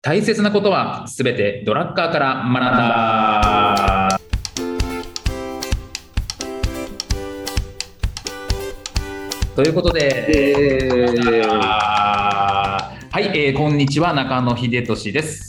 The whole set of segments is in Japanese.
大切なことはすべてドラッカーから学んだ。ということで、はい、えーこんにちは中野秀俊です。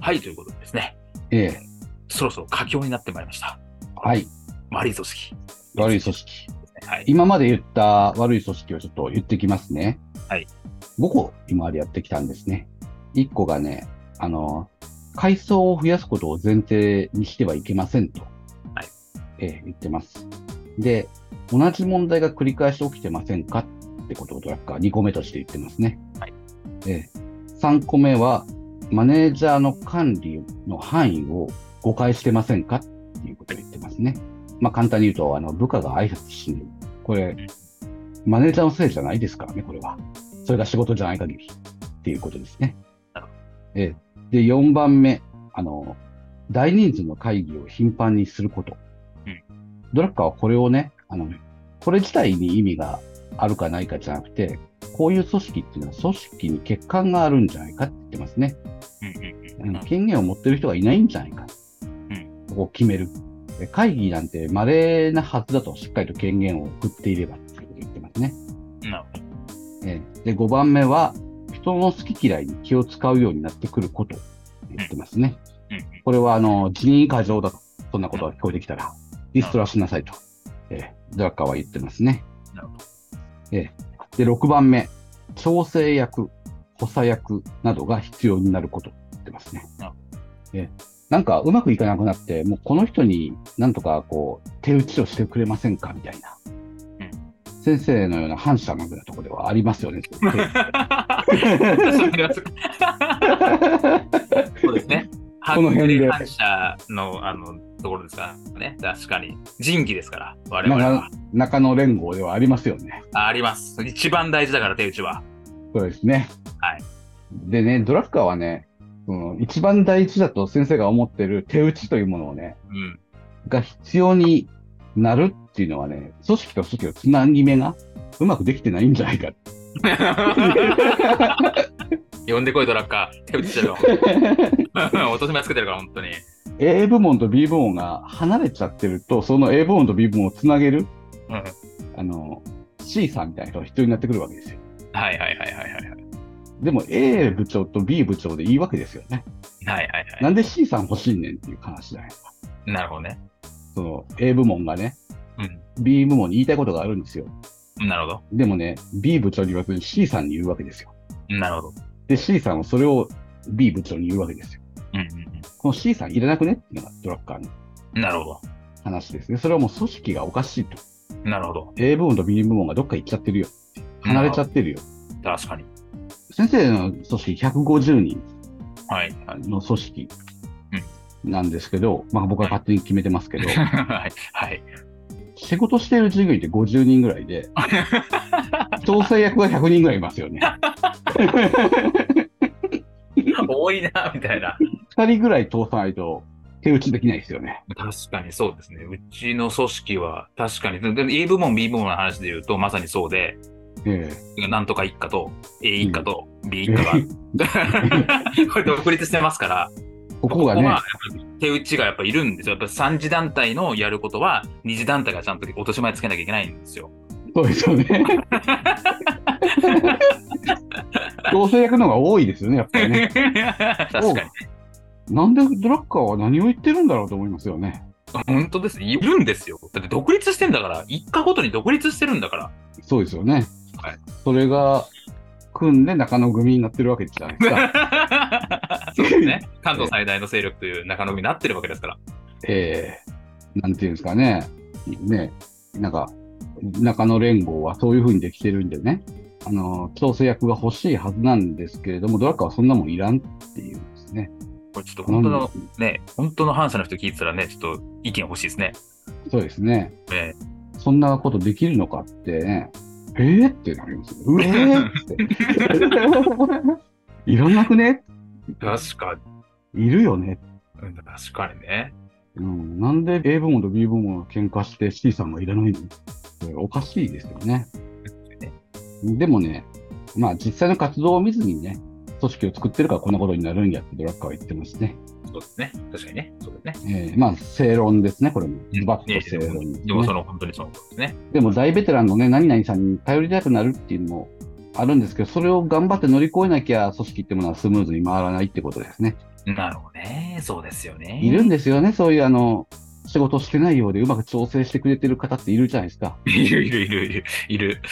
はいということでですねええそろそろ佳境になってまいりました。はい、悪い組織。悪い組織。はい、今まで言った悪い組織をちょっと言ってきますね。はい。 5個今までやってきたんですね。1個がね、あの、階層を増やすことを前提にしてはいけませんと、はいええ言ってます。で、同じ問題が繰り返し起きてませんかってことをドラッカー2個目として言ってますね。はいええ3個目は、マネージャーの管理の範囲を誤解してませんかっていうことを言ってますね。まあ、簡単に言うと、あの部下が挨拶しに、これ、マネージャーのせいじゃないですからね、これは。それが仕事じゃない限りっていうことですねなる。ええで、4番目、あの、大人数の会議を頻繁にすること。うんドラッカーはこれをね、あの、これ自体に意味があるかないかじゃなくて、こういう組織っていうのは組織に欠陥があるんじゃないかって言ってますね。うんうんううんん権限を持ってる人がいないんじゃないか、んここを決める。え会議なんて稀なはずだと、しっかりと権限を送っていればっていうことを言ってますね。なる えーで、5番目は、人の好き嫌いに気を使うようになってくることって言ってますね。うんうんこれは、あの、辞任過剰だと、そんなことが聞こえてきたら、リストラしなさいと、えードラッカーは言ってますね。なるほえーで、6番目、調整役、補佐役などが必要になることって言ってますねなるほ。えーなんかうまくいかなくなって、もうこの人になんとかこう手打ちをしてくれませんかみたいな、先生のような反射のようなところではありま すよね。そうです ね。この辺で反射のあのところですからね。確かに。人気ですから、 我々まはあ。中野連合ではありますよね。ああります。一番大事だから、手打ちは。そうですね。はい。でね、ドラッカーはね、その一番大事だと先生が思ってる手打ちというものをね、うん。 が必要になるっていうのはね、組織と組織のつなぎ目がうまくできてないんじゃないかって 呼んでこい、ドラッカー。手打ちしてろ。 落とし前つけてるから、本当に。 A 部門と B 部門が離れちゃってると、その A 部門と B 部門をつなげる、うんあの、C さんみたいな人が必要になってくるわけですよ。はいはいはいはいはい。はいでも A 部長と B 部長でいいわけですよね。はいはい。なんで C さん欲しいねんっていう話じゃないですか。なるほどね。その A 部門がね、う B 部門に言いたいことがあるんですよ。ん。なるほでもね、B 部長に言わずに C さんに言うわけですよ。ど。なるほど。で、C さんはそれを B 部長に言うわけですよ。うんうんこの C さんいらなくねっていうのがドラッカーのうん。なるほ話ですね。それはもう組織がおかしいと。ど。なるほど。 A 部門と B 部門がどっか行っちゃってるよ。離れちゃっってるよ。た。確かに。先生の組織150人はい。はいの組織なんですけど、まあ僕は勝手に決めてますけど、はい。はい。仕事している従業員って50人ぐらいで、 調整役が100人ぐらいいますよね。多いな、みたいな。 2人ぐらい通さないと手打ちできないですよね。確かにそうですね。うちの組織は、確かに、でで A 部門、B 部門の話で言うと、まさにそうで、えなんとか一家と A 一家と B 一家が、 これ独立してますから、え ここがね、はやっぱり手打ちがやっぱいるんですよ。やっぱ3次団体のやることは、2次団体がちゃんと落とし前つけなきゃいけないんですよ。そうですよ ね。調整役の方が多いですよね、やっぱりね。 確かに。なんでドラッカーは何を言ってるんだろうと思いますよね。本当です。いるんですよ。だって独立してんだから、一家ごとに独立してるんだ から。そうですよね。はいそれが組んで中野組になってるわけじゃないですか。そうですね。関東最大の勢力という中野組になってるわけですから。えー、なんていうんですかね、ね、なんか、中野連合はそういうふうにできてるんでね、あの、調整役が欲しいはずなんですけれども、ドラッカーはそんなもんいらんっていうんですね。これちょっと本当なんのですね、本当の反社の人聞いてたらね、ちょっと意見欲しいですね。そうですね。えそんなことできるのかってね、えー、ってなりますね。うえーって。いらなくねえ確かに。いるよね。うん確かにね。うん、なんで A 部門と B 部門が喧嘩して C さんがいらないのこれおかしいですよね。でもね、まあ実際の活動を見ずにね、組織を作ってるからこんなことになるんやってドラッカーは言ってますね。そうですね。確かにね。そうですね。えーまあ正論ですね、これも。ズバいやッいと正論です、ねやでもその本当にそのことですね。でも大ベテランのね、何々さんに頼りたくなるっていうのもあるんですけど、それを頑張って乗り越えなきゃ組織ってものはスムーズに回らないってことですね。なるほどね。そうですよね。いるんですよね、そういうあの、仕事してないようでうまく調整してくれてる方っているじゃないですか。いるいるいるいるいる。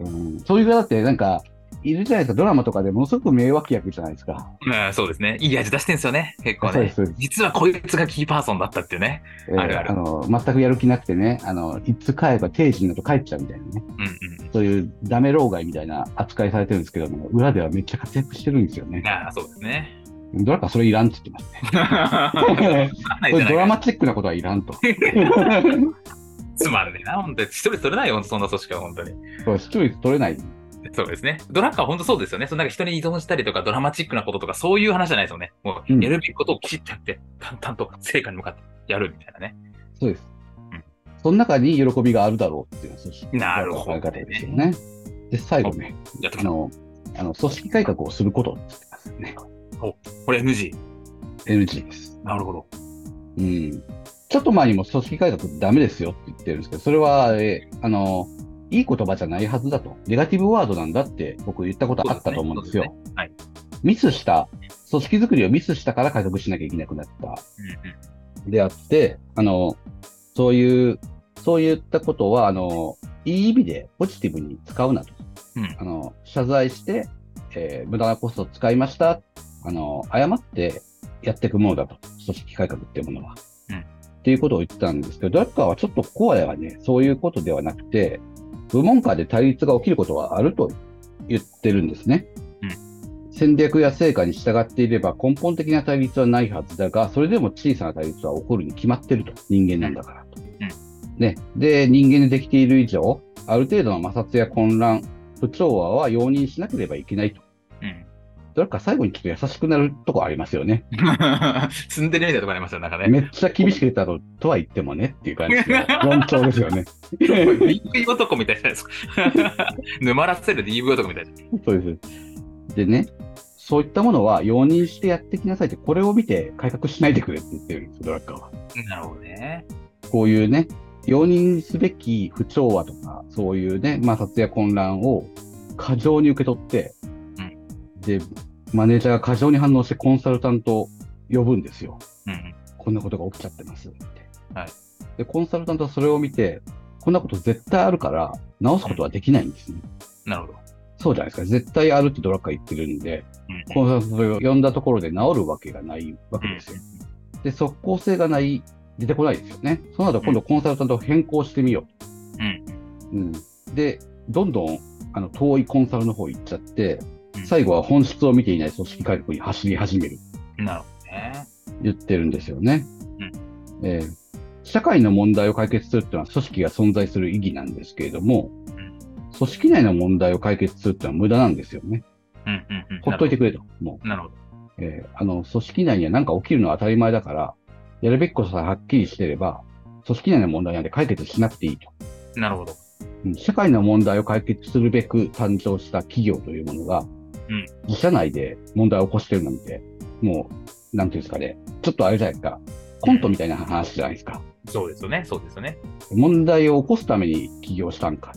うん、そういう方ってなんか、いるじゃないですか、ドラマとかでものすごく迷惑役じゃないですか。まあそうですね。いい味出してんですよね。結構そうでねす。そうです実はこいつがキーパーソンだったっていうね。えーあるあるの全くやる気なくてね、あのいつ帰れば定時になると帰っちゃうみたいなね、うんうんそういうダメ老害みたいな扱いされてるんですけども、裏ではめっちゃ活躍してるんですよねうん。。ああ、そうですね。 ドラマはそれいらんって言ってますわね。かんないそうじいゃうないドラかマチックなことはいら んと。つまんねえな、本当に。一人取れないよ、そんな組織は、本当に。そう視聴率取れない。そうですね。ドラッカーは本当そうですよね。そのなんか人に依存したりとか、ドラマチックなこととか、そういう話じゃないですよね。もうんう、やるべきことをきちっとやって、淡々と成果に向かってやるみたいなね。そうですうん。その中に喜びがあるだろうっていうのはなるほどね考え方ですよね。で、最後ね、やってきあた。の、あの組織改革をすることって言ってますよね。これ NG。 NG です。なるほど。うん。ちょっと前にも組織改革ダメですよって言ってるんですけど、それは、えーあの、いい言葉じゃないはずだと。ネガティブワードなんだって僕言ったことあったと思うんですよ。そうですねはいミスした、組織作りをミスしたから改革しなきゃいけなくなったうんうんであって、あの、そういう、そういったことは、あの、いい意味でポジティブに使うなと。うんあの、謝罪して、えー無駄なコストを使いました。あの、謝ってやっていくものだと。組織改革っていうものは。うんっていうことを言ってたんですけど、ドラッカーはちょっとコアではね、そういうことではなくて、部門間で対立が起きることはあると言ってるんですね。戦略や成果に従っていれば根本的な対立はないはずだが、それでも小さな対立は起こるに決まってると。人間なんだからと。ね。で、人間でできている以上、ある程度の摩擦や混乱、不調和は容認しなければいけないと。うん。だから最後にちょっと優しくなるとこありますよね。住ん でるみたいなとこありますよ、なんかね。めっちゃ厳しく言ったととは言ってもねっていう感じの論調ですよね。 DV 男みたいじゃないですか。 沼らせる DV 男みたいな。そうです。でね、そういったものは容認してやってきなさいって、これを見て改革しないでくれって言ってるんですよ、ドラッカーは。なるほどね。こういうね、容認すべき不調和とか、そういうね、摩擦や混乱を過剰に受け取って、うんで、マネージャーが過剰に反応してコンサルタントを呼ぶんですよ。うんこんなことが起きちゃってますって。はいで、コンサルタントはそれを見て、こんなこと絶対あるから、直すことはできないんですね。うん。なるほど。そうじゃないですか。絶対あるってドラッカー言ってるんで、うんコンサルタントを呼んだところで治るわけがないわけですよ。で、即効性がない、出てこないですよね。その後、今度コンサルタントを変更してみようんうん。う。うん。で、どんどん、あの、遠いコンサルの方行っちゃってう、ん最後は本質を見ていない組織改革に走り始める。うんなるほどね。言ってるんですよね。うんえー社会の問題を解決するっていうのは組織が存在する意義なんですけれども、ん組織内の問題を解決するっていうのは無駄なんですよね。うんうんうん。ほっといてくれと。もなるほど。う、えーあの、組織内には何か起きるのは当たり前だから、やるべきことさえはっきりしてれば、組織内の問題なんて解決しなくていいと。なるほど。うん社会の問題を解決するべく誕生した企業というものが、うん自社内で問題を起こしてるなんて、もう、なんていうんですかね、ちょっとあれじゃないですか、コントみたいな話じゃないですか。そうですよね。そうですよね。問題を起こすために起業したんか。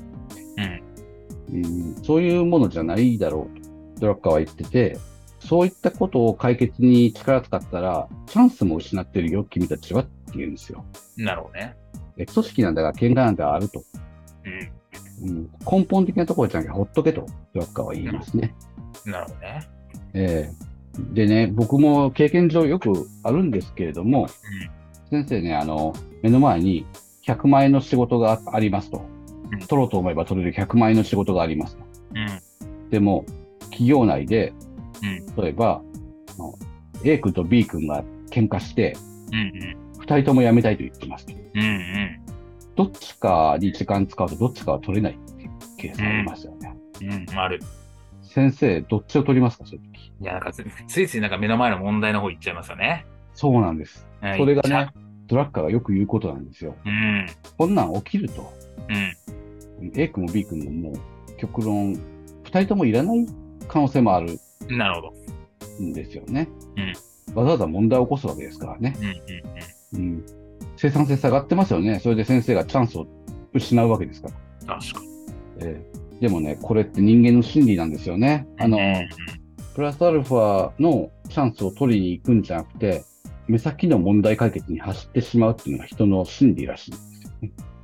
うんそういうものじゃないだろうと、ドラッカーは言ってて、そういったことを解決に力使ったら、チャンスも失ってるよ、君たちはって言うんですよ。うん。なるほどね。え組織なんだが、喧嘩なんだあると。ううん根本的なところじゃなきゃほっとけと、ドラッカーは言いますね。ん。なるほどね。ええでね、僕も経験上よくあるんですけれども、先生ね、あの、目の前に100万円の仕事がありますとうん。取ろうと思えば取れる100万円の仕事がありますと。うん。でも、企業内で、うん。例えば、あの A 君と B 君が喧嘩して、うん。 2人とも辞めたいと言ってますと。うん。うん。どっちかに時間使うとどっちかは取れないっていうケースがありましたよね。うん。うん。ある。先生、どっちを取りますか、そういう時。いや、なんかつ、ついついなんか目の前の問題の方行っちゃいますよね。そうなんです。うんそれが。行っね、ドラッカーがよく言うことなんですよ。ちゃううん。こんなん起きると。うん。 A 君も B 君ももう、極論、2人ともいらない可能性もあるなるほど。んですよね。わざわざ問題を起こすわけですからね。うん。うん。うん。生産性下がってますよね。それで先生がチャンスを失うわけですから。うん。確かに。ええでもね、これって人間の心理なんですよね。あの、うんプラスアルファのチャンスを取りに行くんじゃなくて、目先の問題解決に走ってしまうっていうのが人の心理らしい。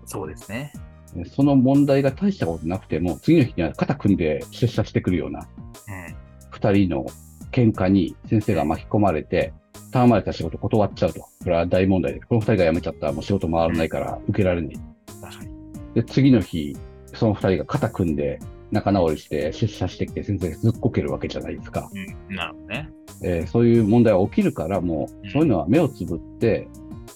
そうですね。えその問題が大したことなくても、次の日には肩組んで出社してくるよううなん。二人の喧嘩に先生が巻き込まれて、頼まれた仕事断っちゃうと。これは大問題で、この二人が辞めちゃったらもう仕事回らないから受けられない。確かに。で、次の日、その二人が肩組んで仲直りして出社してきて先生がずっこけるわけじゃないですか。うん。なるほどね。えーそういう問題は起きるから、もううんそういうのは目をつぶって、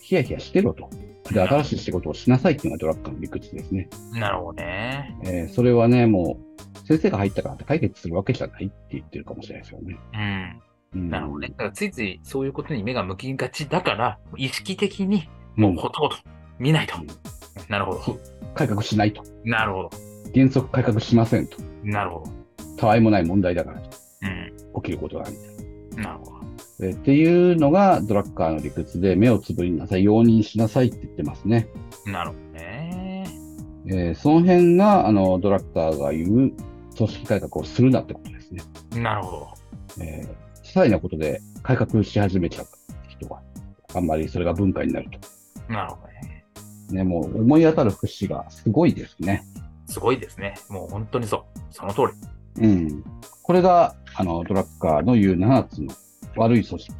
ヒヤヒヤしてろと。で、新しい仕事をしなさいっていうのがドラッカーの理屈ですね。なるほどね。えーそれはね、もう、先生が入ったからって解決するわけじゃないって言ってるかもしれないですよね。うん。うんなるほどね。だ。からついついそういうことに目が向きがちだから、意識的にもう、ほとほと見ないとうん。なるほど。改革しないと。なるほど。原則改革しませんと。なるほど。たわいもない問題だからと。うん。起きることがあるみたいな。なるほど。えーっていうのがドラッカーの理屈で、目をつぶりなさい、容認しなさいって言ってますね。なるほどね。えーその辺が、あの、ドラッカーが言う、組織改革をするなってことですね。なるほど。えー、些細なことで改革し始めちゃう人が、あんまりそれが文化になるなるほどね。と。ね、もう思い当たる節がすごいですね。すごいですね。もう本当にそう。その通り。うん。これが、あの、ドラッカーの言う7つの悪い組織、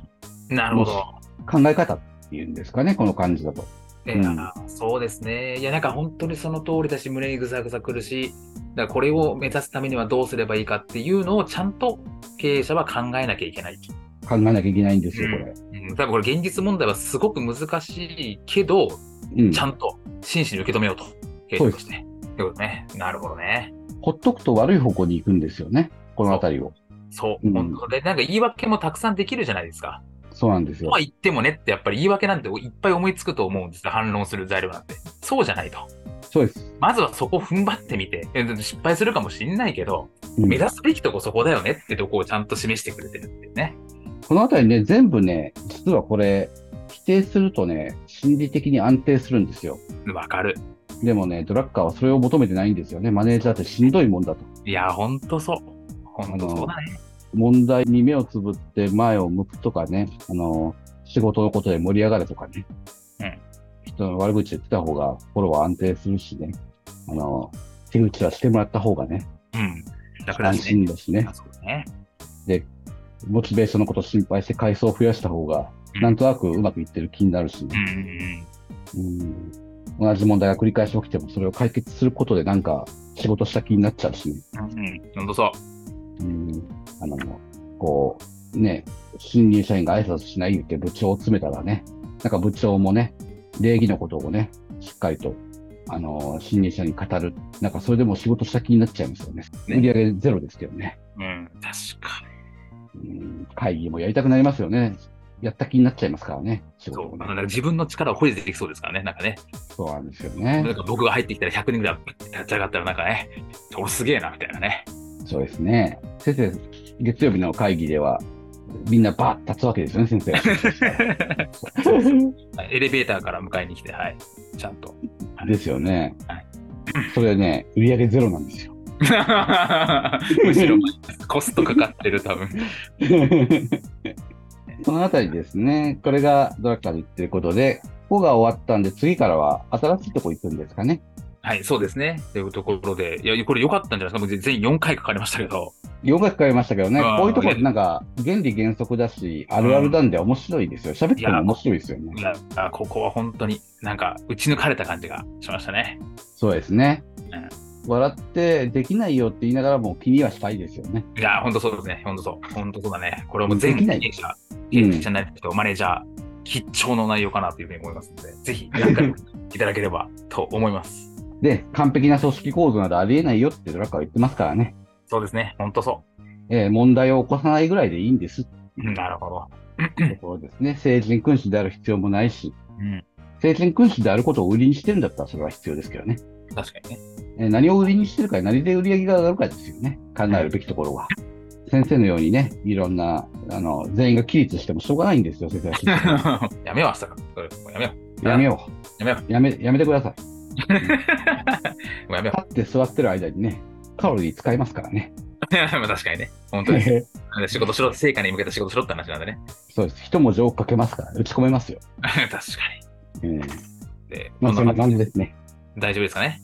なるほど。考え方っていうんですかね、この感じだと。えうんーそうですね。いや、なんか本当にその通りだし、胸にぐさぐさくるし、だからこれを目指すためにはどうすればいいかっていうのをちゃんと経営者は考えなきゃいけない。考えなきゃいけないんですよ、これ。うん、多分これ現実問題はすごく難しいけど、うんち。ゃんと真摯に受け止めようと、経営として。ということね。なるほどね。ほっとくと悪い方向に行くんですよね、このあたりを。そう、うん本当で、なんか言い訳もたくさんできるじゃないですか。そうなんですとよは。言ってもねって、やっぱり言い訳なんていっぱい思いつくと思うんですよ、反論する材料なんて。そうじゃないと。そうです。まずはそこを踏ん張ってみて、えだって失敗するかもしれないけど、うん目指すべきとこそこだよねってとこをちゃんと示してくれてるっていうね。このあたりね、全部ね、実はこれ、否定するとね、心理的に安定するんですよ。わかる。でもね、ドラッカーはそれを求めてないんですよね。マネージャーってしんどいもんだと。いや、ほんとそう。ほんとそうだね。問題に目をつぶって前を向くとかね、あの、仕事のことで盛り上がれとかね。うん人の悪口言ってた方が心は安定するしね。あの、手口はしてもらった方がね、うん。だから安ね。心だしね。そうだね。モチベーションのこと心配して回数を増やした方が、うんなんとなくうまくいってる気になるしうね。んうんうん。うん同じ問題が繰り返し起きても、それを解決することでなんか仕事した気になっちゃうしね。うん、ほんとそう。うんあの、こう、ね、新入社員が挨拶しない言って部長を詰めたらね、なんか部長もね、礼儀のことをね、しっかりと、あの、新入社員に語る。なんかそれでも仕事した気になっちゃいますよね。ね売り上げゼロですけどね。うん、確かうん会議もやりたくなりますよね。やった気になっちゃいますからね。仕に。そ事う。もあのなんかね。自分の力を保持できそうですからね、なんかね。そうなんですよなんね。か僕が入ってきたら100人ぐらい立ち上がったら、なんかね、俺すげえな、みたいなね。そうですね。先生、月曜日の会議では、みんなバーッと立つわけですよね、先生 が。エレベーターから迎えに来て、はい。ちゃん と。ですよねはい。それね、売り上げゼロなんです よ。むしろ、コストかかってる、多分。そのあたりですね、これがドラッカーで言ってることで、ここが終わったんで、次からは新しいとこ行くんですかね。はい、そうですね。というところで、いや、これ良かったんじゃないですか。もう全員4回かかりましたけど。よく聞かれましたけどね、あーこういうとこなんか原理原則だし、あるあるなんで面白いですよ。喋っても面白いですよいね。や、ここは本当に、なんか、打ち抜かれた感じがしましたね。そうですね。笑ってできないよって言いながらも気にはしたいですよね。いや、本当そうですね。本当そう。本当そうだね。これはもうで全き経ない営者、う経ん営者になる人、マネージャー、必聴の内容かなというふうに思いますので、ぜひ、ご理解いただければと思います。で、完璧な組織構造などありえないよってドラッカーは言ってますからね。そうですね。本当そえー問題を起こさないぐらいでいいんですってう。うんなるほど。ところですね。成人君子である必要もないし、うん。成人君子であることを売りにしてるんだったらそれは必要ですけどね。確かにね。えー何を売りにしてるか、何で売り上げが上がるかですよね。考えるべきところは。先生のようにね、いろんな、あの、全員が起立してもしょうがないんですよ、先生 は。やめよう、明日から。それもうやめよ う。やめよやめよ う。やめ、やめてください。う。もうやめよ立って座ってる間にね、カロリー使いますからね。う。まあ確かにね。本当に。なんで仕事しろ、成果に向けて仕事しろって話なんでね。 そうです。一文字をかけますから、打ち込めますよ。確かうん。に。で、まあ、そこんんなな感感じじでですね。大丈夫ですかね。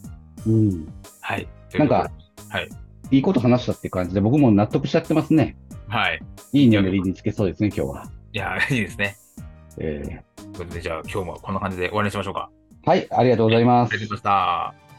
うん。はい。なんかというこいいこと話したっていう感じで、僕も納得しちゃってますね。とで。はい。いい眠りにつけそうですね、今日は。いや、いいですね。えということで、じゃあ今日もこんな感じで終わりにしましょうか。ーはい、ありがとうございまありがすとう。ございました。